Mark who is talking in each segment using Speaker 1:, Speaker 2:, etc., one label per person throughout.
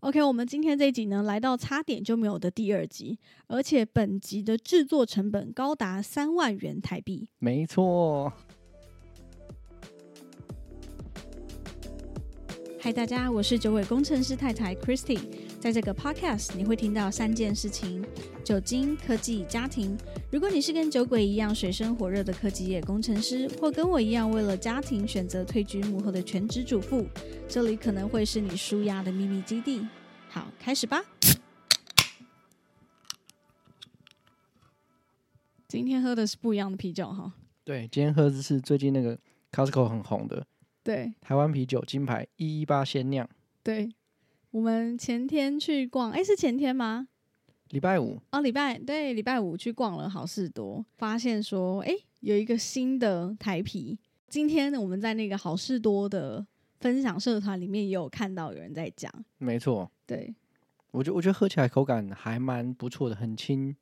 Speaker 1: OK，我们今天这一集呢，来到差点就没有的第二集，而且本集的制作成本高达三万元台币。
Speaker 2: 没错，
Speaker 1: 嗨，大家，我是九尾工程师太太 Christy。在这个 Podcast，你会听到三件事情：酒精、科技、家庭。如果你是跟酒鬼一样水深火热的科技业工程师，或跟我一样为了家庭选择退居幕后的全职主妇，这里可能会是你舒压的秘密基地。好，开始吧。今天喝的是不一样的啤酒哈，
Speaker 2: 对，今天喝的是最近那个 Costco 很红的
Speaker 1: 对，
Speaker 2: 台湾啤酒金牌一一八鲜酿，
Speaker 1: 对，我们前天去逛，哎，是前天吗？
Speaker 2: 礼拜五
Speaker 1: 哦，礼拜对，礼拜五去逛了好事多，发现说，哎，有一个新的台啤。今天我们在那个好事多的分享社团里面也有看到有人在讲，
Speaker 2: 没错，
Speaker 1: 对，
Speaker 2: 我觉得我觉得喝起来口感还蛮不错的，很轻，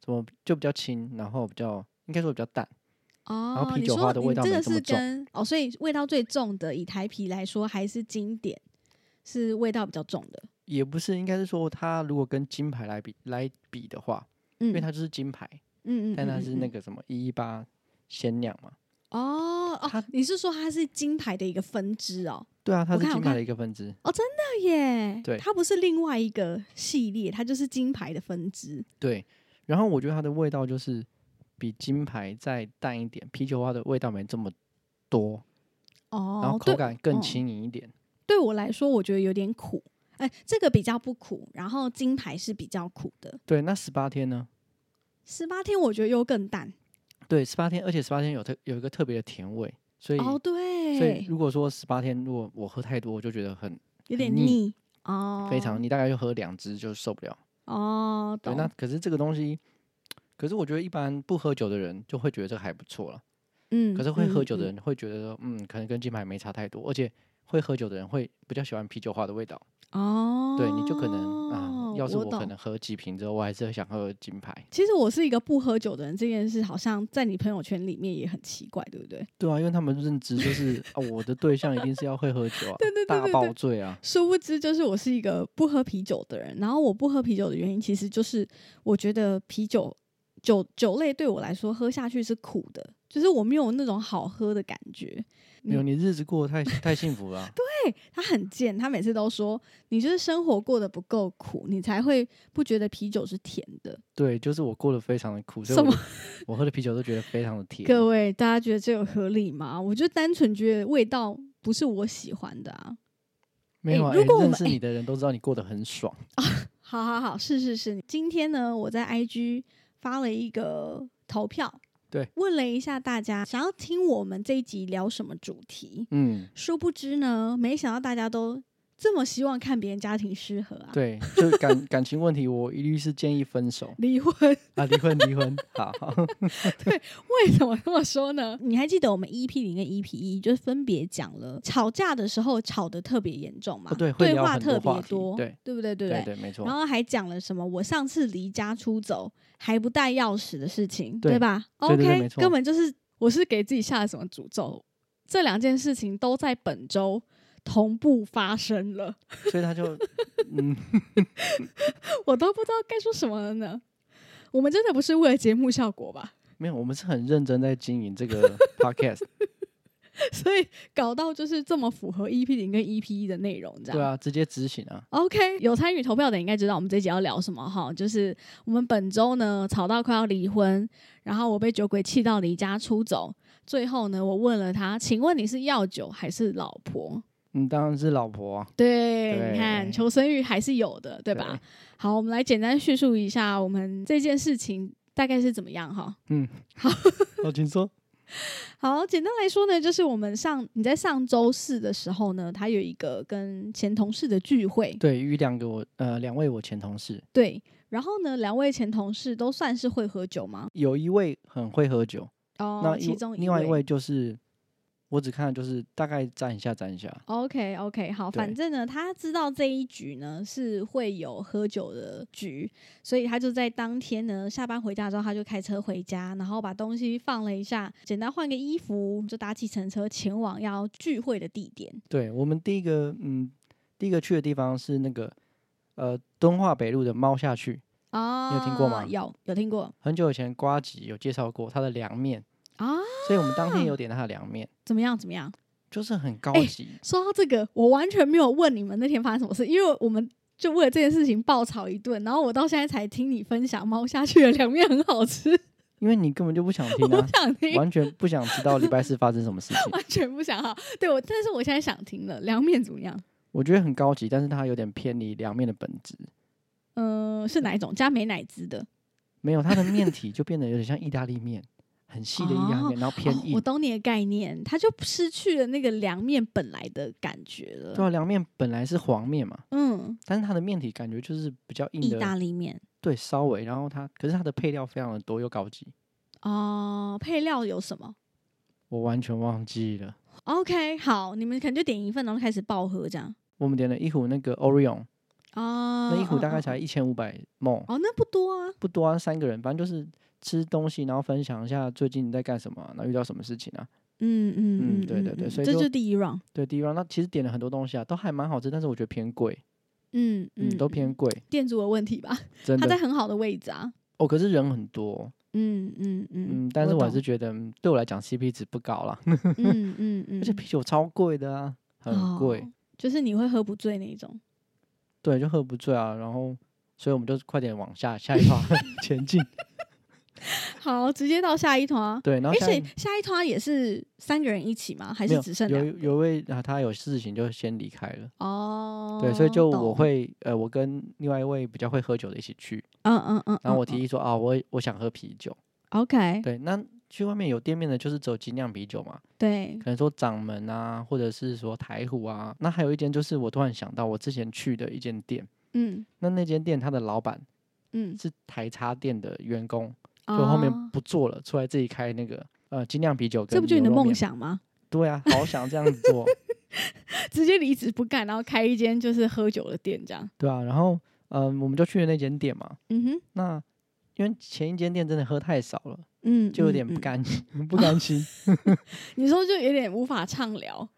Speaker 2: 怎么就比较轻，然后比较应该说比较淡，后
Speaker 1: 哦，
Speaker 2: 啤
Speaker 1: 你
Speaker 2: 酒
Speaker 1: 说
Speaker 2: 花的味道
Speaker 1: 你这
Speaker 2: 没
Speaker 1: 个
Speaker 2: 这么
Speaker 1: 是
Speaker 2: 重
Speaker 1: 跟哦，所以味道最重的，以台啤来说还是经典，是味道比较重的，
Speaker 2: 也不是，应该是说它如果跟金牌来比来比的话，
Speaker 1: 嗯
Speaker 2: 因为它就是金牌，
Speaker 1: 嗯嗯，
Speaker 2: 但它
Speaker 1: 嗯
Speaker 2: 是
Speaker 1: 嗯
Speaker 2: 那
Speaker 1: 嗯
Speaker 2: 个什么一一八鲜酿嘛，
Speaker 1: 哦哦
Speaker 2: 它，
Speaker 1: 你是说它是金牌的一个分支哦？
Speaker 2: 对啊，它
Speaker 1: 我
Speaker 2: 是
Speaker 1: 看
Speaker 2: 金
Speaker 1: 我
Speaker 2: 牌
Speaker 1: 看
Speaker 2: 的一个分支，
Speaker 1: 耶，
Speaker 2: 对
Speaker 1: 它不是另外一个系列，它就是金牌的分支。
Speaker 2: 对，然后我觉得它的味道就是比金牌再淡一点，啤酒花的味道没这么多，
Speaker 1: 哦，
Speaker 2: 然后
Speaker 1: 对
Speaker 2: 口感更
Speaker 1: 嗯
Speaker 2: 轻盈一点。
Speaker 1: 对我来说，我觉得有点苦。哎、这个比较不苦，然后金牌是比较苦的。
Speaker 2: 对，那十八天呢？
Speaker 1: 十八天我觉得又更淡。
Speaker 2: 对，十八天，而且十八天有特有一个特别的甜味，所以、
Speaker 1: 哦，
Speaker 2: 所以
Speaker 1: 对，
Speaker 2: 如果说十八天如果我喝太多，我就觉得很
Speaker 1: 有点
Speaker 2: 很腻
Speaker 1: 腻。哦，
Speaker 2: 非常，你大概就喝两支就受不了。
Speaker 1: 哦，
Speaker 2: 对，
Speaker 1: 懂
Speaker 2: 那可是这个东西，可是我觉得一般不喝酒的人就会觉得这个还不错了。
Speaker 1: 嗯
Speaker 2: 可是会喝酒的
Speaker 1: 嗯嗯
Speaker 2: 人会觉得说，嗯，可能跟金牌没差太多，而且会喝酒的人会比较喜欢啤酒花的味道。
Speaker 1: 哦，
Speaker 2: 对，你就可能啊，要是
Speaker 1: 我
Speaker 2: 我可
Speaker 1: 懂
Speaker 2: 能喝几瓶之后，我还是想喝金牌。
Speaker 1: 其实我是一个不喝酒的人，这件事好像在你朋友圈里面也很奇怪，对不对？
Speaker 2: 对啊，因为他们认知就是啊，我的对象一定是要会喝酒啊，
Speaker 1: 对对对
Speaker 2: 大
Speaker 1: 对
Speaker 2: 爆
Speaker 1: 对
Speaker 2: 醉啊，
Speaker 1: 殊不知，就是我是一个不喝啤酒的人。然后我不喝啤酒的原因，其实就是我觉得啤酒酒酒类对我来说喝下去是苦的，就是我没有那种好喝的感觉。
Speaker 2: 没有你日子过得太太幸福了啊、
Speaker 1: 他很贱，他每次都说你就是生活过得不够苦，你才会不觉得啤酒是甜的。
Speaker 2: 对，就是我过得非常的苦，所以
Speaker 1: 什
Speaker 2: 我
Speaker 1: 么
Speaker 2: 的我喝的啤酒都觉得非常的甜。
Speaker 1: 各位，大家觉得这有合理吗？我就单纯觉得味道不是我喜欢的啊。
Speaker 2: 没有啊，
Speaker 1: 诶如
Speaker 2: 诶
Speaker 1: 果我
Speaker 2: 认
Speaker 1: 们
Speaker 2: 识你的人都知道你过得很 爽。
Speaker 1: 好好好，是是是。今天呢，我在 IG 发了一个投票，
Speaker 2: 对，
Speaker 1: 问了一下大家想要听我们这一集聊什么主题。
Speaker 2: 嗯，
Speaker 1: 殊不知呢，没想到大家都这么希望看别人家庭失和啊，，
Speaker 2: 对，就是感感情问题，我一律是建议分手
Speaker 1: 离婚。
Speaker 2: 啊，离婚离婚，好，
Speaker 1: 为什么这么说呢？你还记得我们 EP 零跟 EP 一就分别讲了吵架的时候吵得特别严重嘛？
Speaker 2: 哦对会
Speaker 1: 对
Speaker 2: 聊
Speaker 1: 话
Speaker 2: 很多
Speaker 1: 特别
Speaker 2: 话题
Speaker 1: 多，
Speaker 2: 对
Speaker 1: 对不对？对不
Speaker 2: 对对，没错
Speaker 1: 然，后还讲了什么？我上次离家出走还不带钥匙的事情，
Speaker 2: 对
Speaker 1: 吧
Speaker 2: 对对对
Speaker 1: o
Speaker 2: 没
Speaker 1: k
Speaker 2: 错
Speaker 1: 根本就是我是给自己下了什么诅咒？这两件事情都在本周同步发生了，
Speaker 2: 所以他就嗯，
Speaker 1: 我都不知道该说什么了呢。我们真的不是为了节目效果吧？
Speaker 2: 没有，我们是很认真在经营这 个 podcast，
Speaker 1: 所以搞到就是这么符合 EP 零跟 EP 一的内容，这样。
Speaker 2: 对啊，直接执行啊，
Speaker 1: OK，有参与投票的应该知道我们这一集要聊什么哈，就是我们本周呢吵到快要离婚，然后我被酒鬼气到离家出走，最后呢我问了他，请问你是要酒还是老婆？
Speaker 2: 嗯，当然是老婆啊，
Speaker 1: 对，
Speaker 2: 对
Speaker 1: 你看求生欲还是有的，对吧？
Speaker 2: 对
Speaker 1: 好，我们来简单叙述一下我们这件事情大概是怎么样哈。
Speaker 2: 哦，请说，
Speaker 1: 好，简单来说呢，就是我们上你在上周四的时候呢，他有一个跟前同事的聚会，
Speaker 2: 对，与两个我呃两位我前同事，
Speaker 1: 对，然后呢，两位前同事都算是会喝酒吗？
Speaker 2: 有一位很会喝酒，
Speaker 1: 哦
Speaker 2: 那，一
Speaker 1: 其中
Speaker 2: 另外一位就是我只看了就是大概沾一下沾一下，
Speaker 1: OK OK，好，
Speaker 2: 对
Speaker 1: 反正呢，他知道这一局呢是会有喝酒的局，所以他就在当天呢下班回家之后，他就开车回家，然后把东西放了一下，简单换个衣服，就搭计程车前往要聚会的地点。
Speaker 2: 对我们第一个嗯第一个去的地方是那个呃敦化北路的猫下去，
Speaker 1: 哦，
Speaker 2: 你有听过吗
Speaker 1: 有有听过
Speaker 2: 很久以前瓜吉有介绍过它的凉面，
Speaker 1: 啊？
Speaker 2: 所以我们当天有点它的凉面，
Speaker 1: 怎么样？怎么样？
Speaker 2: 就是很高
Speaker 1: 哎
Speaker 2: 级。
Speaker 1: 说到这个，我完全没有问你们那天发生什么事，因为我们就为了这件事情爆吵一顿，然后我到现在才听你分享猫下去的凉面很好吃，
Speaker 2: 因为你根本就不想
Speaker 1: 我
Speaker 2: 听
Speaker 1: 不
Speaker 2: 啊，
Speaker 1: 想听，
Speaker 2: 完全不想知道礼拜四发生什么事情。
Speaker 1: 完全不想哈。对我，但是我现在想听了，凉面怎么样？
Speaker 2: 我觉得很高级，但是它有点偏离凉面的本质。
Speaker 1: 嗯、是哪一种？加美乃滋的。
Speaker 2: 没有，它 的面体就变得有点像意大利面，很细的意大利面，然后偏
Speaker 1: 哦
Speaker 2: 硬
Speaker 1: 我。懂你的概念，它就失去了那个凉面本来的感觉了。
Speaker 2: 对啊，凉面本来是黄面嘛，
Speaker 1: 嗯，
Speaker 2: 但是它的面体感觉就是比较硬
Speaker 1: 意
Speaker 2: 的，
Speaker 1: 大利面
Speaker 2: 对，稍微。然后它，可是它的配料非常的多又高级，
Speaker 1: 哦，配料有什么
Speaker 2: 我完全忘记了。
Speaker 1: ？OK，好，你们可能就点一份，然后开始爆喝这样。
Speaker 2: 我们点了一壶那个 Orion，
Speaker 1: 哦，
Speaker 2: 那一壶大
Speaker 1: 哦
Speaker 2: 概
Speaker 1: 哦
Speaker 2: 才一千五百 m
Speaker 1: 哦，那不多啊。
Speaker 2: 不多啊，三个人，反正就是吃东西，然后分享一下最近你在干什么啊、然后遇到什么事情啊。
Speaker 1: 嗯嗯
Speaker 2: 嗯对对对所以
Speaker 1: 这
Speaker 2: 就
Speaker 1: 就是第一 round。
Speaker 2: 对，第一 round，那其实点了很多东西啊，都还蛮好吃，但是我觉得偏贵，
Speaker 1: 嗯
Speaker 2: 嗯，都偏贵，
Speaker 1: 店主的问题吧，
Speaker 2: 真
Speaker 1: 他在
Speaker 2: 的。
Speaker 1: 很好的位置啊。
Speaker 2: 哦，可是人很多，
Speaker 1: 嗯嗯嗯
Speaker 2: 嗯，但是我还
Speaker 1: 懂
Speaker 2: 是觉得嗯对我来讲 CP 值不高啦，
Speaker 1: 嗯嗯嗯，
Speaker 2: 而且啤酒超贵的啊，很贵，
Speaker 1: 哦就是你会喝不醉那一种。
Speaker 2: 对，就喝不醉啊，然后所以我们就快点往下下一趴前进，
Speaker 1: 好，直接到下一团啊。
Speaker 2: 对，然后
Speaker 1: 而
Speaker 2: 下一
Speaker 1: 且下一团也是三个人一起吗？还
Speaker 2: 没
Speaker 1: 是
Speaker 2: 有
Speaker 1: 只剩
Speaker 2: 有
Speaker 1: 两？
Speaker 2: 一有一位啊，他有事情就先离开了，
Speaker 1: 哦，
Speaker 2: 对，所以就
Speaker 1: 懂
Speaker 2: 我，会呃，我跟另外一位比较会喝酒的一起去，
Speaker 1: 嗯嗯嗯，
Speaker 2: 然后我
Speaker 1: 嗯
Speaker 2: 提议说啊，我我想喝啤酒，
Speaker 1: 嗯 OK，
Speaker 2: 对，那去外面有店面的就是只有精酿啤酒嘛，
Speaker 1: 对，
Speaker 2: 可能说掌门啊，或者是说台虎啊，那还有一间就是我突然想到我之前去的一间店，
Speaker 1: 嗯
Speaker 2: 那那间店它的老板。
Speaker 1: 嗯，
Speaker 2: 是台茶店的员工，
Speaker 1: 就
Speaker 2: 就后面不做了，出来自己开那个呃精酿啤酒跟
Speaker 1: 哦这不就你的
Speaker 2: 牛肉
Speaker 1: 梦
Speaker 2: 面？
Speaker 1: 想吗？
Speaker 2: 对啊，好想这样子做，
Speaker 1: 直接离职不干，然后开一间就是喝酒的店这样。
Speaker 2: 对啊。然后嗯、我们就去了那间店嘛。
Speaker 1: 嗯哼，
Speaker 2: 那因为前一间店真的喝太少了，
Speaker 1: 嗯，
Speaker 2: 就有点
Speaker 1: 嗯
Speaker 2: 不
Speaker 1: 嗯
Speaker 2: 甘 不甘心。
Speaker 1: 你说就有点无法畅聊，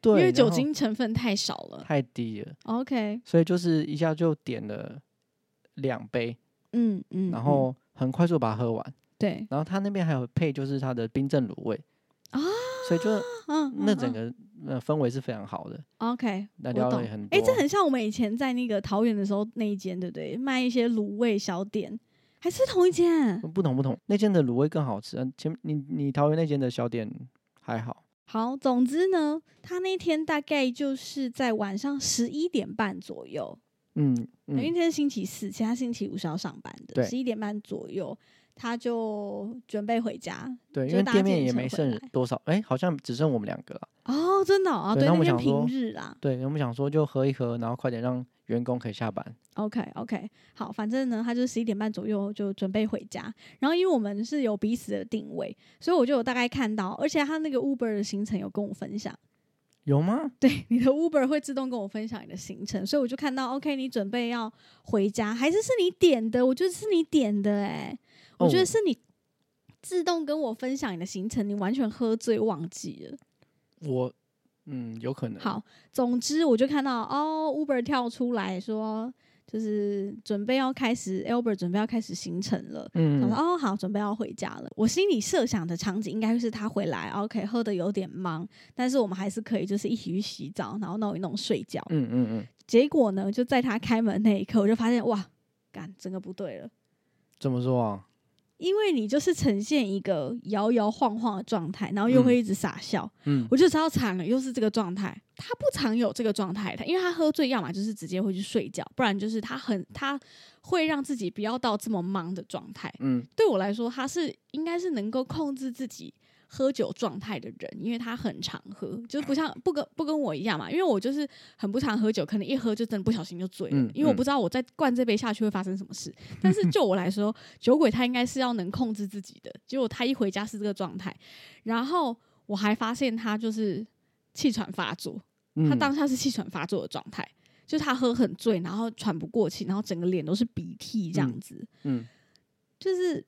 Speaker 2: 对，
Speaker 1: 因为酒
Speaker 2: 然后
Speaker 1: 精成分太少了。
Speaker 2: 太低了，
Speaker 1: OK，
Speaker 2: 所以就是一下就点了两杯，
Speaker 1: 嗯嗯，
Speaker 2: 然
Speaker 1: 嗯
Speaker 2: 后很快速把它喝完。
Speaker 1: 对，
Speaker 2: 然后他那边还有配就是他的冰镇卤味
Speaker 1: 啊，
Speaker 2: 所以就
Speaker 1: 嗯，
Speaker 2: 那整
Speaker 1: 个
Speaker 2: 个呃氛围是非常好的。
Speaker 1: OK，
Speaker 2: 那
Speaker 1: 我
Speaker 2: 聊了
Speaker 1: 懂
Speaker 2: 也很多。
Speaker 1: 哎，这很像我们以前在那个桃园的时候那一间，对不对？卖一些卤味小点，还是同一间。
Speaker 2: 不同不同，那间的卤味更好吃。嗯前你你桃园那间的小店还好，
Speaker 1: 好，总之呢，他那天大概就是在晚上十一点半左右，
Speaker 2: 嗯
Speaker 1: 因为
Speaker 2: 嗯，
Speaker 1: 那天是星期四，其他星期五是要上班的，
Speaker 2: 对
Speaker 1: 十一点半左右他就准备回家。
Speaker 2: 对，因
Speaker 1: 就
Speaker 2: 为
Speaker 1: 搭
Speaker 2: 店
Speaker 1: 计
Speaker 2: 面
Speaker 1: 程
Speaker 2: 也
Speaker 1: 车
Speaker 2: 没
Speaker 1: 回
Speaker 2: 剩
Speaker 1: 来
Speaker 2: 多少，哎、好像只剩我们两个了。
Speaker 1: 哦，真的哦啊，
Speaker 2: 对
Speaker 1: 那
Speaker 2: 那我
Speaker 1: 天
Speaker 2: 想说
Speaker 1: 平日啦，
Speaker 2: 对，我们想说就喝一喝，然后快点让员工可以下班。
Speaker 1: OK OK，好，反正呢，他就十一点半左右就准备回家。然后因为我们是有彼此的定位，所以我就有大概看到，而且他那个 Uber 的行程有跟我分享，
Speaker 2: 有吗？
Speaker 1: 对，你的 Uber 会自动跟我分享你的行程，所以我就看到 OK，你准备要回家，还是是你点的？我觉得是你点的、欸，我觉得
Speaker 2: 哦
Speaker 1: 是你自动跟我分享你的行程，你完全喝醉忘记了。
Speaker 2: 我嗯，有可能。，
Speaker 1: 好，总之我就看到哦，Uber 跳出来说，就是准备要开始，Albert 准备要开始行程了。
Speaker 2: 嗯
Speaker 1: 想，说哦，好，准备要回家了。我心里设想的场景应该是他回来，OK，喝哦的有点忙，但是我们还是可以就是一起去洗澡，然后弄一弄睡觉。
Speaker 2: 嗯嗯嗯，
Speaker 1: 结果呢，就在他开门那一刻，我就发现哇，干，整个不对了。
Speaker 2: 怎么说啊？
Speaker 1: 因为你就是呈现一个摇摇晃晃的状态，然后又
Speaker 2: 嗯
Speaker 1: 会一直傻笑，
Speaker 2: 嗯，
Speaker 1: 我就知道惨了，又是这个状态。他不常有这个状态的，因为他喝醉，要么就是直接会去睡觉，不然就是他很他会让自己不要到这么忙的状态。
Speaker 2: 嗯，
Speaker 1: 对我来说，他是应该是能够控制自己喝酒状态的人，因为他很常喝，就是不像不跟不跟我一样嘛，因为我就是很不常喝酒，可能一喝就真的不小心就醉了，
Speaker 2: 嗯
Speaker 1: 因为我
Speaker 2: 嗯
Speaker 1: 不知道我再灌这杯下去会发生什么事。但是就我来说，酒鬼他应该是要能控制自己的，结果他一回家是这个状态，然后我还发现他就是气喘发作，他
Speaker 2: 嗯
Speaker 1: 当下是气喘发作的状态。就是他喝很醉，然后喘不过气，然后整个脸都是鼻涕这样
Speaker 2: 嗯
Speaker 1: 子。
Speaker 2: 嗯，
Speaker 1: 就是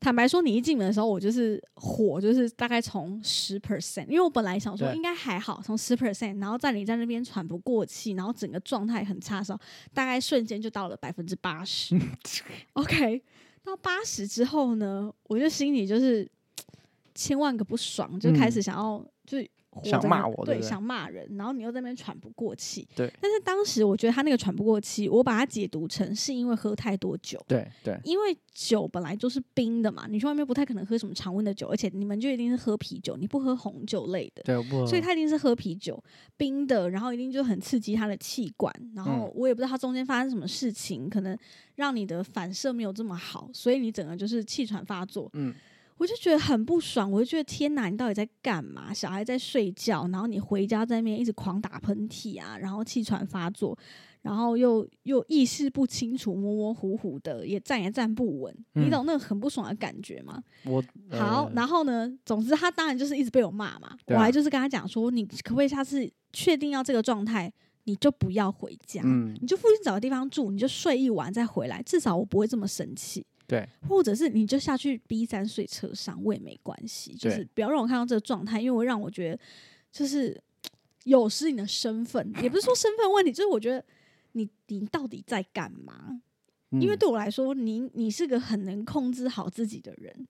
Speaker 1: 坦白说，你一进门的时候，我就是火，就是大概从十 percent，因为我本来想说
Speaker 2: 对
Speaker 1: 应该还好，从十 percent，然后在你在那边喘不过气，然后整个状态很差的时候，大概瞬间就到了百分之八 十。OK，到八十之后呢，我就心里就是千万个不爽，就开始想要、就是活
Speaker 2: 嗯想
Speaker 1: 在那
Speaker 2: 骂我
Speaker 1: 对，
Speaker 2: 对不对
Speaker 1: 想骂人，然后你又在那边喘不过气。
Speaker 2: 对
Speaker 1: 但是当时我觉得他那个喘不过气，我把它解读成是因为喝太多酒。
Speaker 2: 对对
Speaker 1: 因为酒本来就是冰的嘛，你去外面不太可能喝什么常温的酒，而且你们就一定是喝啤酒，你不喝红酒类的，
Speaker 2: 对，我嗯不
Speaker 1: 所以他一定是喝啤酒冰的，然后一定就很刺激他的气管，然后
Speaker 2: 嗯
Speaker 1: 我也不知道他中间发生什么事情，可能让你的反射没有这么好，所以你整个就是气喘发作，
Speaker 2: 嗯
Speaker 1: 我就觉得很不爽，我就觉得天哪，你到底在干嘛？小孩在睡觉，然后你回家在那边一直狂打喷嚏啊，然后气喘发作，然后又又意识不清楚，模模糊糊的，也站也站不稳，
Speaker 2: 嗯
Speaker 1: 你懂那个很不爽的感觉吗？
Speaker 2: 我
Speaker 1: 好，
Speaker 2: 呃
Speaker 1: 然后呢，总之他当然就是一直被我骂嘛，
Speaker 2: 对啊
Speaker 1: 我还就是跟他讲说，你可不可以下次确定要这个状态，你就不要回家，
Speaker 2: 嗯
Speaker 1: 你就附近找个地方住，你就睡一晚再回来，至少我不会这么生气。
Speaker 2: 对
Speaker 1: 或者是你就下去 B 三睡车上，我也没关系，就
Speaker 2: 对
Speaker 1: 是不要让我看到这个状态，因为我让我觉得就是有失你的身份，也不是说身份问题，就是我觉得你你到底在干嘛？因为
Speaker 2: 嗯
Speaker 1: 对我来说，你你是个很能控制好自己的人。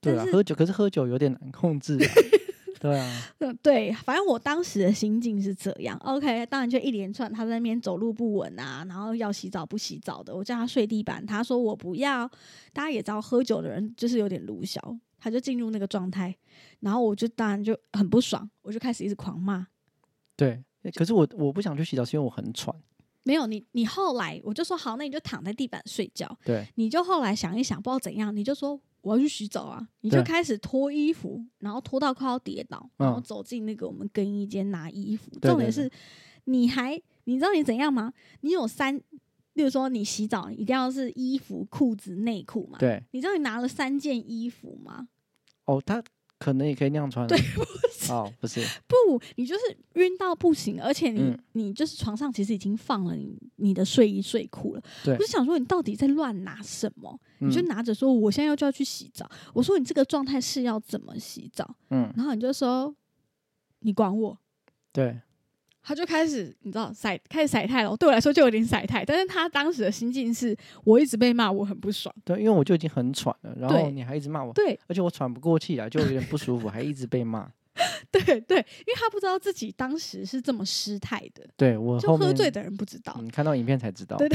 Speaker 2: 对
Speaker 1: 但
Speaker 2: 啊，
Speaker 1: 是
Speaker 2: 喝酒可是喝酒有点难控制啊， 对啊，
Speaker 1: 嗯，对，反正我当时的心境是这样。OK，当然就一连串他在那边走路不稳啊，然后要洗澡不洗澡的，我叫他睡地板，他说我不要。大家也知道，喝酒的人就是有点鲁小，他就进入那个状态，然后我就当然就很不爽，我就开始一直狂骂。
Speaker 2: 对。可是我我不想去洗澡，是因为我很喘。
Speaker 1: 没有你，你后来我就说好，那你就躺在地板睡觉。
Speaker 2: 对，
Speaker 1: 你就后来想一想，不知道怎样，你就说我要去洗澡啊，你就
Speaker 2: 对
Speaker 1: 开始脱衣服，然后脱到快要跌倒，然后
Speaker 2: 嗯
Speaker 1: 走进那个我们更衣间拿衣服。
Speaker 2: 对
Speaker 1: 重
Speaker 2: 对
Speaker 1: 点
Speaker 2: 对
Speaker 1: 是，你还你知道你怎样吗？你有三，例如说你洗澡一定要是衣服、裤子、内裤嘛。
Speaker 2: 对，
Speaker 1: 你知道你拿了三件衣服吗？
Speaker 2: 哦，他可能也可以那样穿啊。
Speaker 1: 对
Speaker 2: 哦，不是，
Speaker 1: 不，你就是晕到不行，而且你、
Speaker 2: 嗯
Speaker 1: 你就是床上其实已经放了你你的睡衣睡裤了。
Speaker 2: 对
Speaker 1: 我就想说你到底在乱拿什么？
Speaker 2: 嗯
Speaker 1: 你就拿着说我现在要就要去洗澡，我说你这个状态是要怎么洗澡？
Speaker 2: 嗯，
Speaker 1: 然后你就说你管我。
Speaker 2: 对，
Speaker 1: 他就开始，你知道晒开始晒太了。对我来说就有点晒太，但是他当时的心境是，我一直被骂，我很不爽。
Speaker 2: 对，因为我就已经很喘了，然后
Speaker 1: 对
Speaker 2: 你还一直骂我，
Speaker 1: 对
Speaker 2: 而且我喘不过气啊来，就有点不舒服，还一直被 骂。
Speaker 1: 对对，因为他不知道自己当时是这么失态的，
Speaker 2: 对我
Speaker 1: 就
Speaker 2: 哦后
Speaker 1: 喝
Speaker 2: 面嗯
Speaker 1: 醉的人不知道。
Speaker 2: 你看到影片才知道。
Speaker 1: 对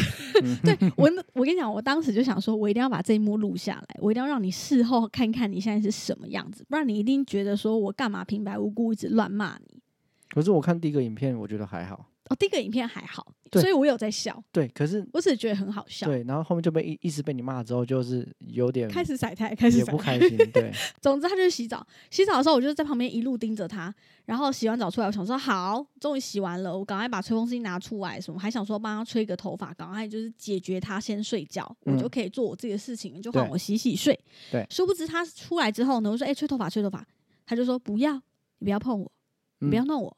Speaker 2: 嗯
Speaker 1: 对我那，我跟你讲，我当时就想说，我一定要把这一幕录下来，我一定要让你事后看看你现在是什么样子，不然你一定觉得说我干嘛平白无故一直乱骂你。
Speaker 2: 可是我看第一个影片，我觉得还好。
Speaker 1: 哦，第一个影片还好，
Speaker 2: 对
Speaker 1: 所以我有在笑，
Speaker 2: 对，可是
Speaker 1: 我只是觉得很好笑。
Speaker 2: 对，然后后面就被一一直被你骂之后，就是有点
Speaker 1: 开始晒太，开始
Speaker 2: 也
Speaker 1: 晒
Speaker 2: 不
Speaker 1: 太
Speaker 2: 开。心。对，
Speaker 1: 总之，他就是洗澡。洗澡的时候，我就在旁边一路盯着他。然后洗完澡出来，我想说好，终于洗完了，我赶快把吹风机拿出来，什么还想说帮他吹个头发，赶快就是解决他先睡觉，
Speaker 2: 嗯
Speaker 1: 我就可以做我自己的事情，就换
Speaker 2: 对
Speaker 1: 我洗洗睡。
Speaker 2: 对
Speaker 1: 殊不知他出来之后呢，我说哎、吹头发，吹头发，他就说不要，你不要碰我，你不
Speaker 2: 嗯
Speaker 1: 要弄我。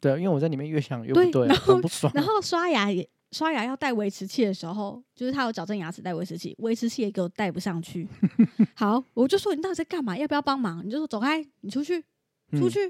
Speaker 2: 对，因为我在里面越想越
Speaker 1: 对
Speaker 2: 不对，
Speaker 1: 然后
Speaker 2: 很不 爽。
Speaker 1: 然后刷牙也刷牙要带维持器的时候，就是他有矫正牙齿带维持器，维持器也给我带不上 去。好，我就说你到底在干嘛？要不要帮忙？你就说走开，你出去，出
Speaker 2: 嗯
Speaker 1: 去。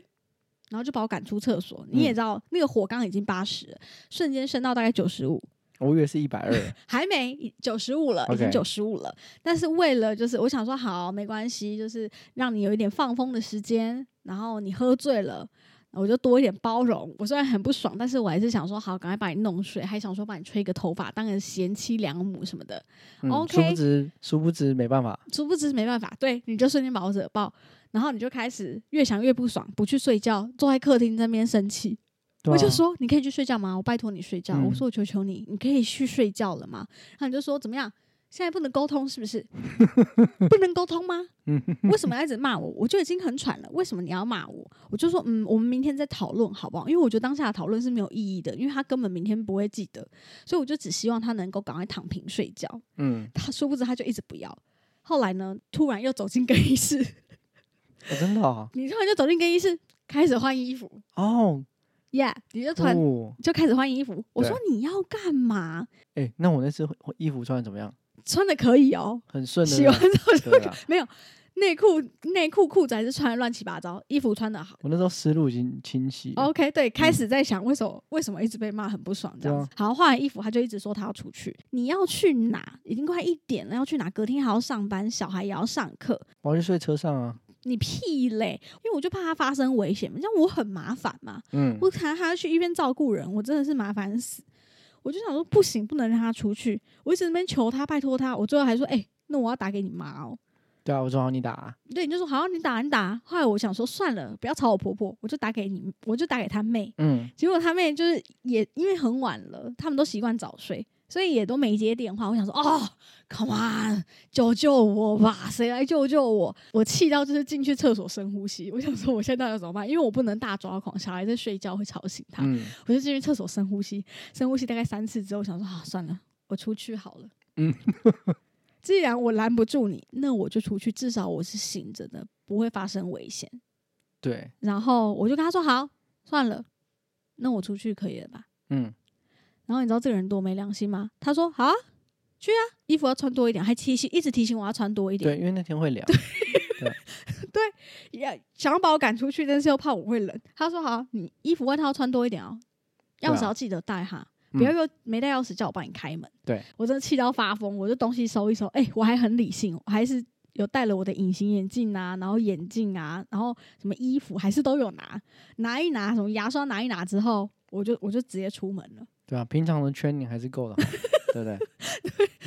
Speaker 1: 然后就把我赶出厕所，你也
Speaker 2: 嗯
Speaker 1: 知道、那个火刚已经八十，瞬间升到大概九十五，
Speaker 2: 我以为是一百二，
Speaker 1: 还没九十五了，已经
Speaker 2: OK
Speaker 1: 九十五了。但是为了就是我想说好没关系，就是让你有一点放风的时间，然后你喝醉了。我就多一点包容。我虽然很不爽，但是我还是想说好，赶快把你弄睡，还想说把你吹个头发，当个贤妻良母什么的。
Speaker 2: 嗯，殊
Speaker 1: OK
Speaker 2: 不知殊不知没办法，
Speaker 1: 殊不知没办法，对，你就瞬间把我惹爆，然后你就开始越想越不爽，不去睡觉，坐在客厅那边生气。
Speaker 2: 对
Speaker 1: 我就
Speaker 2: 啊
Speaker 1: 说你可以去睡觉吗？我拜托你睡觉。我
Speaker 2: 嗯
Speaker 1: 说我求求你，你可以去睡觉了吗？然后你就说怎么样？现在不能沟通是不 是？不能沟通吗？为什么要一直骂我？我就已经很喘了，为什么你要骂我？我就说嗯，我们明天再讨论好不好？因为我觉得当下的讨论是没有意义的，因为他根本明天不会记得，所以我就只希望他能够赶快躺平睡觉。
Speaker 2: 嗯，
Speaker 1: 他殊不知他就一直不要。后来呢，突然又走进更衣室，
Speaker 2: 哦真的哦，
Speaker 1: 你突然就走进更衣室，开始换衣服
Speaker 2: 哦，
Speaker 1: ，Yeah，你就突然
Speaker 2: 哦，
Speaker 1: 就开始换衣服。我
Speaker 2: 对
Speaker 1: 说你要干嘛？
Speaker 2: 哎，那我那次会会衣服穿的怎么样？
Speaker 1: 穿的可以哦，
Speaker 2: 很顺的
Speaker 1: 洗
Speaker 2: 那
Speaker 1: 完
Speaker 2: 种。
Speaker 1: 之后就
Speaker 2: 对啊，
Speaker 1: 没有内裤，内裤裤子还是穿的乱七八糟，衣服穿的好。
Speaker 2: 我那时候思路已经清晰了。
Speaker 1: OK，对，开始在想为什么、为什么一直被骂很不爽这样子。好，换完衣服他就一直说他要出去，你要去哪？已经快一点了，要去哪？隔天还要上班，小孩也要上课，
Speaker 2: 我要去睡车上啊。
Speaker 1: 你屁嘞！因为我就怕他发生危险嘛，这样我很麻烦嘛。
Speaker 2: 嗯，
Speaker 1: 我看他去医院照顾人，我真的是麻烦死。我就想说不行，不能让他出去。我一直在那边求他，拜托他。我最后还说，哎、那我要打给你妈哦。
Speaker 2: 对啊，我说好你打啊、
Speaker 1: 对，你就说好，你打你打。后来我想说算了，不要吵我婆婆，我就打给你，我就打给他妹。
Speaker 2: 嗯，
Speaker 1: 结果他妹就是也因为很晚了，他们都习惯早睡，所以也都没接电话。我想说，哦，come on，救救我吧，谁来救救我？我气到就是进去厕所深呼吸。我想说，我现在到底要怎么办？因为我不能大抓狂，小孩在睡觉会吵醒他。
Speaker 2: 嗯
Speaker 1: 我就进去厕所深呼吸，深呼吸大概三次之后，我想说啊，算了，我出去好了。
Speaker 2: 嗯，
Speaker 1: 既然我拦不住你，那我就出去，至少我是醒着的，不会发生危险。
Speaker 2: 对，
Speaker 1: 然后我就跟他说好，算了，那我出去可以了吧？
Speaker 2: 嗯，
Speaker 1: 然后你知道这个人多没良心吗？他说好啊，去啊，衣服要穿多一点，还提醒一直提醒我要穿多一点
Speaker 2: 对，，因为那天会聊，
Speaker 1: 也想要把我赶出去，但是又怕我会冷。他说好，你衣服外套要穿多一点哦，
Speaker 2: 对啊
Speaker 1: 钥匙要记得带哈，
Speaker 2: 嗯
Speaker 1: 不要又没带钥匙叫我帮你开门。
Speaker 2: 对
Speaker 1: 我真的气到发疯，我就东西收一收，哎、我还很理性，我还是有戴了我的隐形眼镜啊，然后眼镜啊，然后什么衣服还是都有拿，拿一拿，什么牙刷拿一拿之后，我就我就直接出门了。
Speaker 2: 对啊，平常的 training 还是 够的，对不对？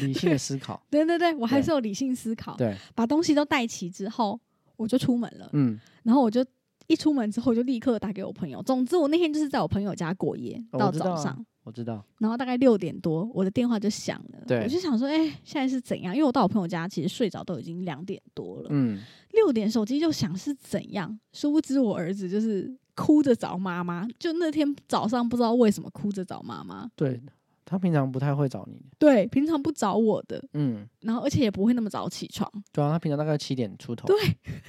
Speaker 2: 理性的思考，
Speaker 1: 对对对，我还是有理性思考，
Speaker 2: 对，
Speaker 1: 把东西都带齐之后，我就出门了。
Speaker 2: 嗯，
Speaker 1: 然后我就一出门之后就立刻打给我朋友。总之，我那天就是在我朋友家过夜、
Speaker 2: 哦
Speaker 1: 到
Speaker 2: 我知道
Speaker 1: 早
Speaker 2: 啊
Speaker 1: 上，
Speaker 2: 我知道，
Speaker 1: 然后大概六点多，我的电话就响了。
Speaker 2: 对
Speaker 1: 我就想说，哎、现在是怎样？因为我到我朋友家其实睡着都已经两点多了，
Speaker 2: 嗯，
Speaker 1: 六、点手机就响是怎样？殊不知我儿子就是哭着找妈妈，就那天早上不知道为什么哭着找妈妈。
Speaker 2: 对，他平常不太会找你，
Speaker 1: 对，平常不找我的，
Speaker 2: 嗯，
Speaker 1: 然后而且也不会那么早起床，
Speaker 2: 对啊，他平常大概七点出头，
Speaker 1: 对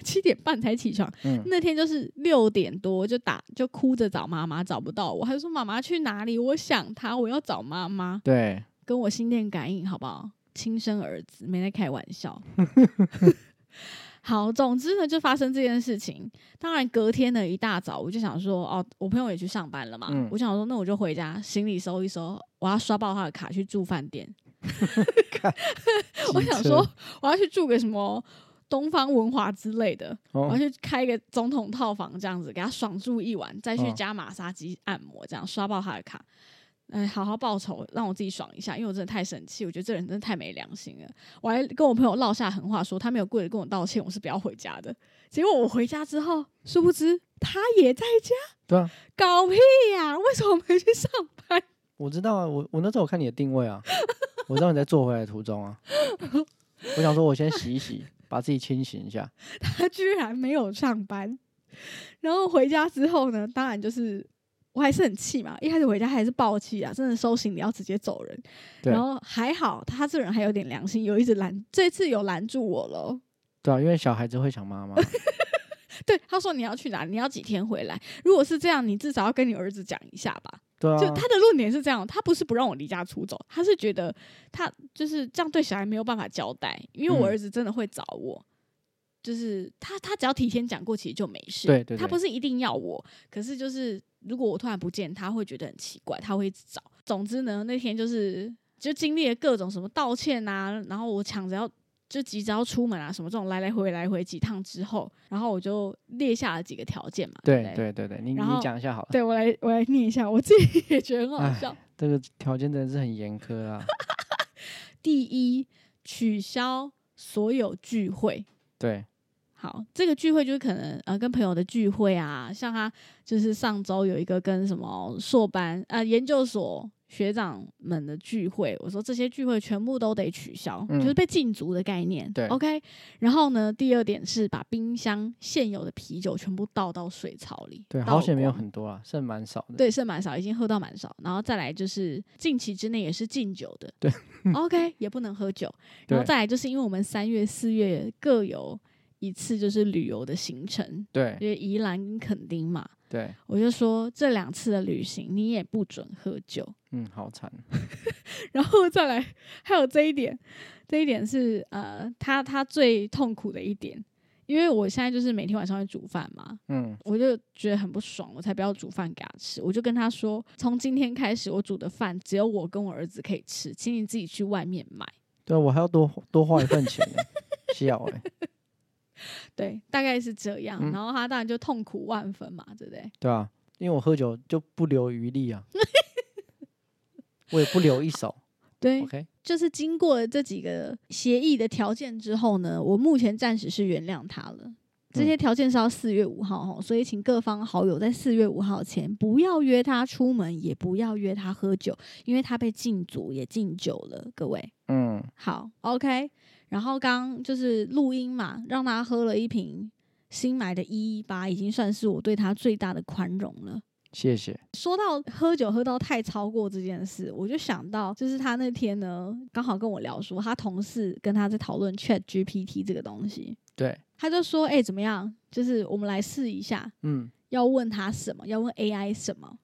Speaker 1: 七点半才起床。
Speaker 2: 嗯，
Speaker 1: 那天就是六点多就打就哭着找妈妈，找不到我，还说妈妈去哪里？我想她，我要找妈妈，
Speaker 2: 对，
Speaker 1: 跟我心电感应好不好？亲生儿子没在开玩笑。 好，总之呢，就发生这件事情。当然，隔天的一大早，我就想说，哦，我朋友也去上班了嘛，
Speaker 2: 嗯
Speaker 1: 我想说，那我就回家，行李收一收，我要刷爆他的卡去住饭店。我
Speaker 2: 机
Speaker 1: 想
Speaker 2: 车
Speaker 1: 说，，我要去住个什么东方文华之类的，我要
Speaker 2: 哦，
Speaker 1: 去开一个总统套房这样子，给他爽住一晚，再去
Speaker 2: 哦
Speaker 1: 加马杀鸡按摩，这样刷爆他的卡。哎，好好报仇，让我自己爽一下，因为我真的太生气，我觉得这人真的太没良心了。我还跟我朋友落下狠话说，他没有跪着跟我道歉，我是不要回家的。结果我回家之后，殊不知他也在家，
Speaker 2: 对啊，
Speaker 1: 搞屁呀、为什么没去上班？
Speaker 2: 我知道啊，我我那时候我看你的定位啊，我知道你在坐回来的途中 啊，我想说我先洗一洗，把自己清醒一下，
Speaker 1: 他居然没有上班。然后回家之后呢，当然就是我还是很气嘛，一开始回家还是暴气啊，真的收行李要直接走人。
Speaker 2: 对
Speaker 1: 然后还好他这人还有点良心，有一直拦，这次有拦住我了。
Speaker 2: 对啊，因为小孩子会想妈妈，
Speaker 1: 对，他说你要去哪里，你要几天回来。如果是这样，你至少要跟你儿子讲一下吧。
Speaker 2: 对啊，
Speaker 1: 就他的论点是这样，他不是不让我离家出走，他是觉得他就是这样对小孩没有办法交代，因为我
Speaker 2: 嗯
Speaker 1: 儿子真的会找我。就是他，他只要提前讲过，其实就没事。
Speaker 2: 对对
Speaker 1: 他
Speaker 2: 对
Speaker 1: 不是一定要我，可是就是如果我突然不见，他会觉得很奇怪，他会一直找。总之呢，那天就是就经历了各种什么道歉啊，然后我抢着要就急着要出门啊，什么这种来来回来回几趟之后，然后我就列下了几个条件嘛。对
Speaker 2: 对
Speaker 1: 不对
Speaker 2: 对对对，你
Speaker 1: 然后
Speaker 2: 你讲一下好了，
Speaker 1: 对我来我来念一下，我自己也觉得很好
Speaker 2: 哎
Speaker 1: 笑。
Speaker 2: 这个条件真的是很严苛啊，
Speaker 1: 第一，取消所有聚会。
Speaker 2: 对，
Speaker 1: 好，这个聚会就是可能呃跟朋友的聚会啊，像他就是上周有一个跟什么硕班啊、呃研究所学长们的聚会，我说这些聚会全部都得取消，
Speaker 2: 嗯
Speaker 1: 就是被禁足的概念。
Speaker 2: 对
Speaker 1: ，OK。然后呢，第二点是把冰箱现有的啤酒全部倒到水槽里，
Speaker 2: 对，
Speaker 1: 倒
Speaker 2: 好险没有
Speaker 1: 光
Speaker 2: 很多啊，剩蛮少的。
Speaker 1: 对，剩蛮少，已经喝到蛮少。然后再来就是近期之内也是禁酒的，
Speaker 2: 对
Speaker 1: ，OK 也不能喝酒。然后
Speaker 2: 对
Speaker 1: 再来就是因为我们三月、四月各有一次就是旅游的行程，
Speaker 2: 对
Speaker 1: 就是宜兰跟垦丁嘛，
Speaker 2: 对，
Speaker 1: 我就说这两次的旅行你也不准喝酒。
Speaker 2: 嗯，好惨。
Speaker 1: 然后再来还有这一点，这一点是呃，他他最痛苦的一点，因为我现在就是每天晚上会煮饭嘛，
Speaker 2: 嗯，
Speaker 1: 我就觉得很不爽，我才不要煮饭给他吃。我就跟他说，从今天开始，我煮的饭只有我跟我儿子可以吃，请你自己去外面买。
Speaker 2: 对啊我还要多多花一份钱呢，笑哎、
Speaker 1: 对，大概是这样。
Speaker 2: 嗯
Speaker 1: 然后他当然就痛苦万分嘛，对不对？
Speaker 2: 对啊，因为我喝酒就不留余力 啊，我也不留一手
Speaker 1: 对
Speaker 2: ，OK，
Speaker 1: 就是经过了这几个协议的条件之后呢，我目前暂时是原谅他了。这些条件是要四月五号吼，所以请各方好友在四月五号前不要约他出门，也不要约他喝酒，因为他被禁足也禁酒了，各位。
Speaker 2: 嗯，
Speaker 1: 好，OK。然后刚就是录音嘛，让他喝了一瓶新买的一一八，已经算是我对他最大的宽容了。
Speaker 2: 谢谢，
Speaker 1: 说到喝酒喝到太超过这件事，我就想到，就是他那天呢，刚好跟我聊说，他同事跟他在讨论 Chat GPT 这个东西，
Speaker 2: 对，
Speaker 1: 他就说，哎、怎么样？就是我们来试一下，
Speaker 2: 嗯，
Speaker 1: 要问他什么，要问 AI 什么。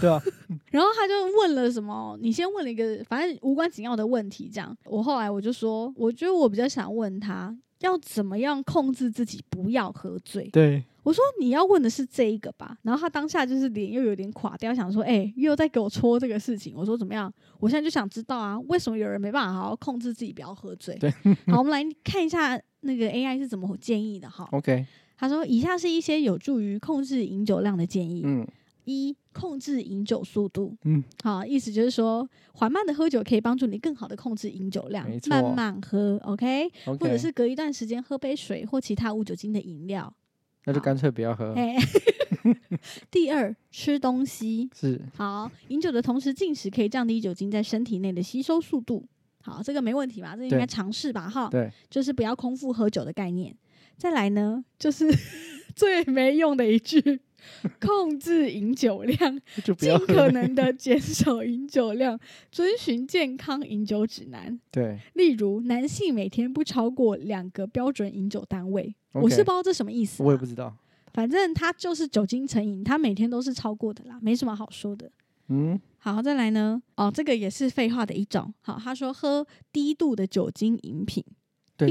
Speaker 2: 对啊，
Speaker 1: 然后他就问了什么？你先问了一个反正无关紧要的问题，这样。我后来我就说，我觉得我比较想问他，要怎么样控制自己不要喝醉。
Speaker 2: 对，
Speaker 1: 我说你要问的是这一个吧，然后他当下就是脸又有点垮掉，想说，哎、又在给我戳这个事情。我说怎么样？我现在就想知道啊，为什么有人没办法好好控制自己不要喝醉？
Speaker 2: 对，
Speaker 1: 好，我们来看一下那个 AI 是怎么建议的哈。
Speaker 2: OK，
Speaker 1: 他说，以下是一些有助于控制饮酒量的建议：
Speaker 2: 嗯
Speaker 1: 一、控制饮酒速度。
Speaker 2: 嗯，
Speaker 1: 好，意思就是说，缓慢的喝酒可以帮助你更好的控制饮酒量
Speaker 2: 没，错
Speaker 1: 慢慢喝，OK，
Speaker 2: ，OK，
Speaker 1: 或者是隔一段时间喝杯水或其他无酒精的饮料。
Speaker 2: 那就干脆不要喝，
Speaker 1: 哎， 第二，吃东西。
Speaker 2: 是，
Speaker 1: 好，饮酒的同时进食可以降低酒精在身体内的吸收速度。好，这个没问题吧？这应该
Speaker 2: 对
Speaker 1: 尝试吧？哈，
Speaker 2: 对，
Speaker 1: 就是不要空腹喝酒的概念。再来呢，就是 最没用的一句， 控制饮酒量，
Speaker 2: 就不
Speaker 1: 尽
Speaker 2: 要
Speaker 1: 可
Speaker 2: 喝，
Speaker 1: 能的减少饮酒量，遵循健康饮酒指南。
Speaker 2: 对
Speaker 1: 例如，男性每天不超过两个标准饮酒单位。
Speaker 2: ，OK，
Speaker 1: 我是不知道这什么意思啊、
Speaker 2: 我也不知道，
Speaker 1: 反正他就是酒精成瘾，他每天都是超过的啦，没什么好说的。
Speaker 2: 嗯，
Speaker 1: 好，再来呢？哦，这个也是废话的一种。好，他说喝低度的酒精饮品，
Speaker 2: 对，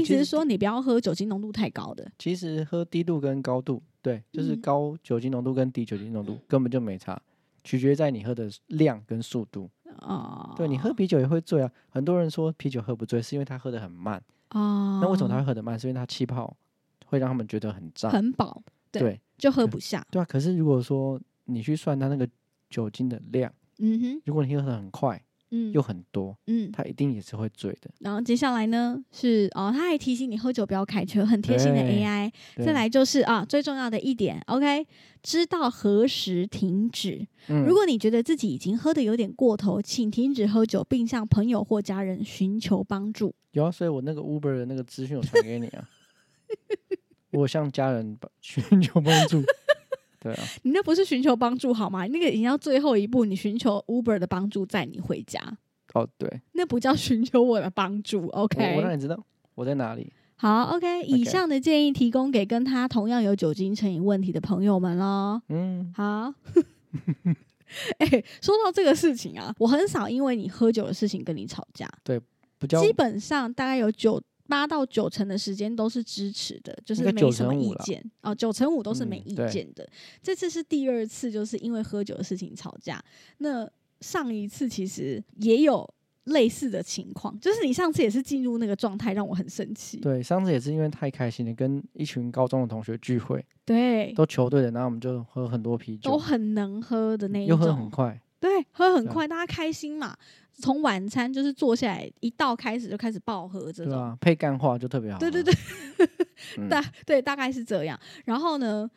Speaker 1: 意思
Speaker 2: 其
Speaker 1: 是
Speaker 2: 实
Speaker 1: 说你不要喝酒精浓度太高的。
Speaker 2: 其实喝低度跟高度，对，就是
Speaker 1: 嗯
Speaker 2: 高酒精浓度跟低酒精浓度根本就没差，取决在你喝的量跟速度。
Speaker 1: 哦，
Speaker 2: 对你喝啤酒也会醉啊，很多人说啤酒喝不醉是因为他喝的很慢，
Speaker 1: 哦，
Speaker 2: 那为什么他会喝得慢？是因为他气泡会让他们觉得很胀。
Speaker 1: 很饱？对
Speaker 2: 对
Speaker 1: 就喝不下。
Speaker 2: 对啊，可是如果说你去算它那个酒精的量，
Speaker 1: 嗯哼，
Speaker 2: 如果你喝得很快
Speaker 1: 嗯，
Speaker 2: 又很多，
Speaker 1: 嗯。
Speaker 2: 它一定也是会醉的。
Speaker 1: 然后接下来呢是哦，他还提醒你喝酒不要开车，很贴心的
Speaker 2: 对
Speaker 1: AI。
Speaker 2: 对
Speaker 1: 再，来就是啊，最重要的一点，OK，知道何时停止。
Speaker 2: 嗯
Speaker 1: 如果你觉得自己已经喝的有点过头，请停止喝酒，并向朋友或家人寻求帮助。
Speaker 2: 有啊，所以我那个 Uber 的那个资讯我传给你 啊，我向家人帮寻求帮 助。对啊，
Speaker 1: 你那不是寻求帮助好吗？那个已经到最后一步，你寻求 Uber 的帮助载你回家，
Speaker 2: 哦对，
Speaker 1: 那不叫寻求我的帮助。
Speaker 2: 我我
Speaker 1: OK，
Speaker 2: 让你知道我在哪里。
Speaker 1: 好，OK，以上的建议提供给跟他同样有酒精成瘾问题的朋友们喽。
Speaker 2: 嗯，
Speaker 1: 好。哎、说到这个事情啊，我很少因为你喝酒的事情跟你吵架，
Speaker 2: 不叫
Speaker 1: 基本上大概有九八到九成的时间都是支持的，就是
Speaker 2: 应该
Speaker 1: 没什么
Speaker 2: 9成
Speaker 1: 意
Speaker 2: 5啦
Speaker 1: 见哦，九成五都是没
Speaker 2: 嗯
Speaker 1: 意
Speaker 2: 对
Speaker 1: 见的。这次是第二次，就是因为喝酒的事情吵架。那上一次其实也有类似的情况，就是你上次也是进入那个状态，让我很生气。
Speaker 2: 对，上次也是因为太开心了，跟一群高中的同学聚会，
Speaker 1: 对，
Speaker 2: 都球队的，然后我们就喝很多啤
Speaker 1: 嗯都
Speaker 2: 酒，
Speaker 1: 很能喝的那一
Speaker 2: 又喝很
Speaker 1: 种，
Speaker 2: 快，
Speaker 1: 对，喝很
Speaker 2: 对啊
Speaker 1: 快，大家开心嘛。从晚餐就是坐下来一到开始就开始爆喝这
Speaker 2: 对
Speaker 1: 种，
Speaker 2: 啊，配干话就特别好喝。
Speaker 1: 对对
Speaker 2: 嗯，
Speaker 1: 大对，大概是这样。然后呢，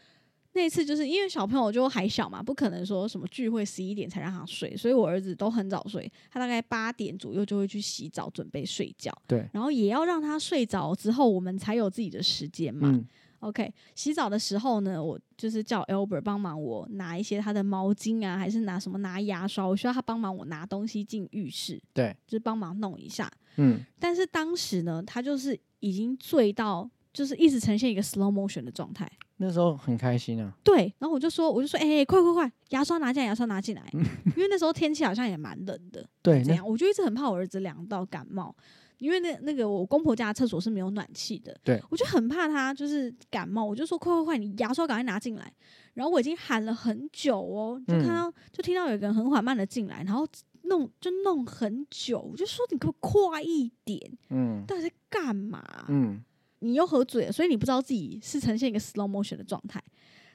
Speaker 1: 那次就是因为小朋友就还小嘛，不可能说什么聚会十一点才让他睡，所以我儿子都很早睡，他大概八点左右就会去洗澡准备睡觉。
Speaker 2: 对，
Speaker 1: 然后也要让他睡着之后，我们才有自己的时间嘛。
Speaker 2: 嗯，
Speaker 1: OK，洗澡的时候呢，我就是叫 Albert 帮忙我拿一些他的毛巾啊，还是拿什么拿牙刷，我需要他帮忙我拿东西进浴室，
Speaker 2: 对，
Speaker 1: 就是帮忙弄一下。
Speaker 2: 嗯，
Speaker 1: 但是当时呢，他就是已经醉到，就是一直呈现一个 slow motion 的状态。
Speaker 2: 那时候很开心啊，
Speaker 1: 对，然后我就说，我就说，哎、欸快快快，牙刷拿进来，牙刷拿进来，因为那时候天气好像也蛮冷的，
Speaker 2: 对，
Speaker 1: 怎
Speaker 2: 嗯哎那
Speaker 1: 样？我就一直很怕我儿子凉到感冒。因为那那个我公婆家的厕所是没有暖气的，
Speaker 2: 对，
Speaker 1: 我就很怕他就是感冒，我就说快快快，你牙刷赶快拿进来。然后我已经喊了很久哦，就
Speaker 2: 嗯
Speaker 1: 看到、就听到有一个人很缓慢的进来，然后弄就弄很久，我就说你可不可以快一点？
Speaker 2: 嗯
Speaker 1: 到底在干嘛？
Speaker 2: 嗯，
Speaker 1: 你又喝醉了，所以你不知道自己是呈现一个 slow motion 的状态，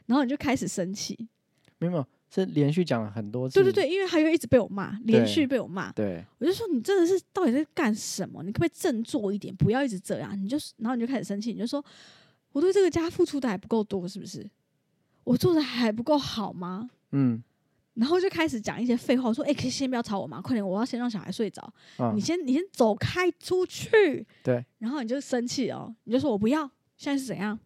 Speaker 1: 然后你就开始生气。
Speaker 2: 没有没有是连续讲了很多次，
Speaker 1: 对对对，因为他又一直被我骂，连
Speaker 2: 对
Speaker 1: 续被我骂，
Speaker 2: 对
Speaker 1: 我就说你真的是到底在干什么？你可不可以振作一点，不要一直这样？你就是，然后你就开始生气，你就说我对这个家付出的还不够多，是不是？我做的还不够好吗？
Speaker 2: 嗯
Speaker 1: 然后就开始讲一些废话，我说：“哎、可以先不要吵我吗？快点，我要先让小孩睡着。
Speaker 2: 啊
Speaker 1: 你，先，你先走开出去。”
Speaker 2: 对。
Speaker 1: 然后你就生气哦，你就说：“我不要。”现在是怎样？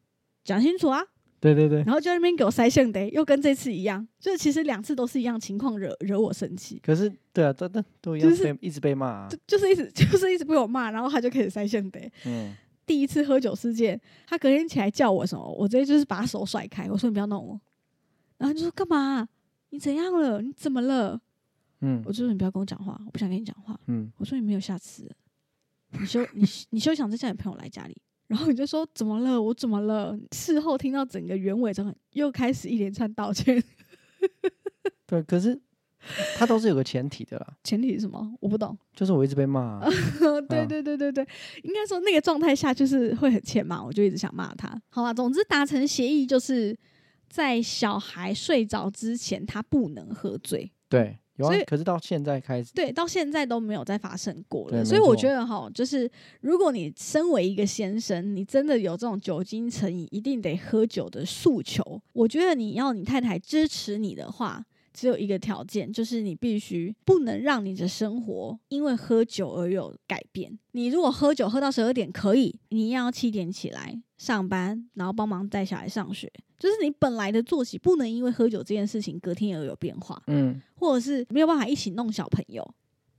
Speaker 1: 讲清楚啊！
Speaker 2: 对对对。
Speaker 1: 然后就在那边给我塞线的，又跟这次一样，所以其实两次都是一样情况惹惹我生气，
Speaker 2: 可是对啊，但但都一样
Speaker 1: 就是
Speaker 2: 被一直被骂啊
Speaker 1: 就，就是一直 就是一直被我骂，然后他就开始塞线的。
Speaker 2: 嗯
Speaker 1: 第一次喝酒事件，他隔天起来叫我什么，我直接就是把他手甩开，我说你不要弄我，然后他就说干嘛？你怎样了？你怎么了？
Speaker 2: 嗯
Speaker 1: 我就说你不要跟我讲话，我不想跟你讲话。
Speaker 2: 嗯，
Speaker 1: 我说你没有下次了，你休你你休想再叫你朋友来家里。然后你就说怎么了？我怎么了？事后听到整个原委之后，又开始一连串道歉。
Speaker 2: 对。可是他都是有个前提的啦，
Speaker 1: 前提是什么？我不懂。
Speaker 2: 就是我一直被骂啊，
Speaker 1: 对
Speaker 2: 啊
Speaker 1: 对对对对，应该说那个状态下就是会很欠骂，我就一直想骂他。好吧，总之达成协议就是在小孩睡着之前，他不能喝醉。
Speaker 2: 对，有啊
Speaker 1: 所以。
Speaker 2: 可是到现在开始，
Speaker 1: 对，到现在都没有再发生过
Speaker 2: 对
Speaker 1: 了。
Speaker 2: 没
Speaker 1: 所以我
Speaker 2: 错
Speaker 1: 觉得哈，就是如果你身为一个先生，你真的有这种酒精成瘾，一定得喝酒的诉求，我觉得你要你太太支持你的话。只有一个条件，就是你必须不能让你的生活因为喝酒而有改变。你如果喝酒喝到十二点可以，你一样要七点起来上班，然后帮忙带小孩上学，就是你本来的作息不能因为喝酒这件事情隔天而有变化，
Speaker 2: 嗯
Speaker 1: 或者是没有办法一起弄小朋友。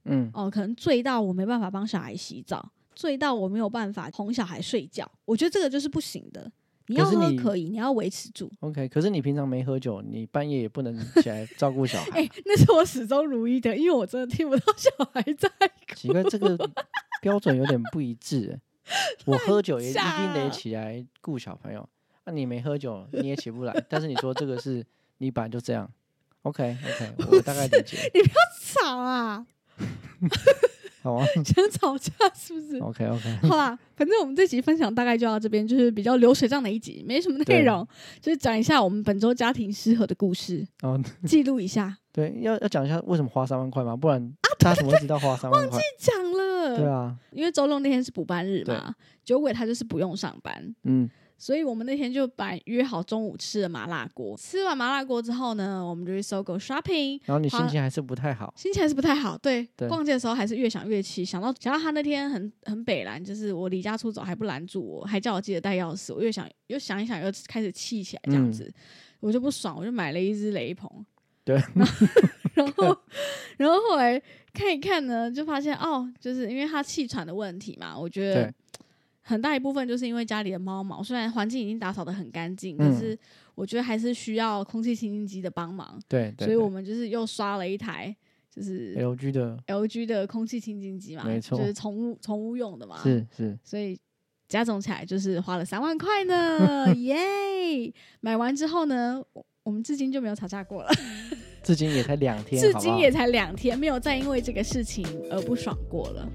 Speaker 2: 嗯
Speaker 1: 哦，可能醉到我没办法帮小孩洗澡，醉到我没有办法哄小孩睡觉，我觉得这个就是不行的。你
Speaker 2: 可
Speaker 1: 要
Speaker 2: 是
Speaker 1: 喝
Speaker 2: 你
Speaker 1: 可以，你要维持住。
Speaker 2: ，OK。可是你平常没喝酒，你半夜也不能起来照顾小孩
Speaker 1: 哎、
Speaker 2: 啊，
Speaker 1: 那是我始终如一的，因为我真的听不到小孩在
Speaker 2: 奇怪，这个标准有点不一致欸。我喝酒也一定
Speaker 1: 假
Speaker 2: 得起来顾小朋友，那、你没喝酒你也起不来。但是你说这个是你本来就这样，OK OK，我大概理解，
Speaker 1: 吵啊，
Speaker 2: 好啊
Speaker 1: 想吵架是不是？
Speaker 2: ，OK OK，
Speaker 1: 好啦，反正我们这集分享大概就到这边，就是比较流水账的一集，没什么内
Speaker 2: 对
Speaker 1: 容，就是讲一下我们本周家庭失和的故事，
Speaker 2: 哦
Speaker 1: 记录一下。
Speaker 2: 对，要要讲一下为什么花三万块吗？不然
Speaker 1: 啊
Speaker 2: 他怎么会知道花三万块？
Speaker 1: 讲了，
Speaker 2: 对啊，
Speaker 1: 因为周六那天是补班日嘛，酒鬼他就是不用上班，
Speaker 2: 嗯
Speaker 1: 所以我们那天就把约好中午吃的麻辣锅。吃完麻辣锅之后呢，我们就去搜狗 shopping。
Speaker 2: 然后你心
Speaker 1: 花
Speaker 2: 情还是不太好，
Speaker 1: 心情还是不太好，对，
Speaker 2: 对
Speaker 1: 逛街的时候还是越想越气，想到想到他那天很很北蓝，就是我离家出走还不拦住我，还叫我记得带钥匙，我越想又想一想，又开始气起来这样
Speaker 2: 嗯
Speaker 1: 子，我就不爽，我就买了一只雷朋，
Speaker 2: 对，
Speaker 1: 然后， 然后后来看一看呢，就发现哦，就是因为他气喘的问题嘛，我觉得
Speaker 2: 对
Speaker 1: 很大一部分就是因为家里的猫毛，虽然环境已经打扫的很干净，
Speaker 2: 嗯
Speaker 1: 可是我觉得还是需要空气清新机的帮忙，
Speaker 2: 对对
Speaker 1: 所以我
Speaker 2: 对
Speaker 1: 们就是又刷了一台，就是
Speaker 2: ，LG 的
Speaker 1: LG 的空气清新机嘛，
Speaker 2: 没错
Speaker 1: 就是宠物宠物用的嘛，
Speaker 2: 是是，
Speaker 1: 所以加总起来就是花了三万块 呢，耶！买完之后呢，我我们至今就没有吵架过了。
Speaker 2: 至今也才两天，
Speaker 1: 至
Speaker 2: 好不
Speaker 1: 今
Speaker 2: 好
Speaker 1: 也才两天，没有再因为这个事情而不爽过了。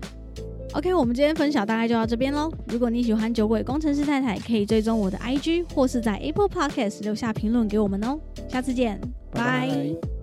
Speaker 1: OK，我们今天分享大概就到这边喽。如果你喜欢酒鬼工程师太太，可以追踪我的 IG 或是在 Apple Podcast 留下评论给我们哦。下次见，
Speaker 2: 拜
Speaker 1: 拜
Speaker 2: 拜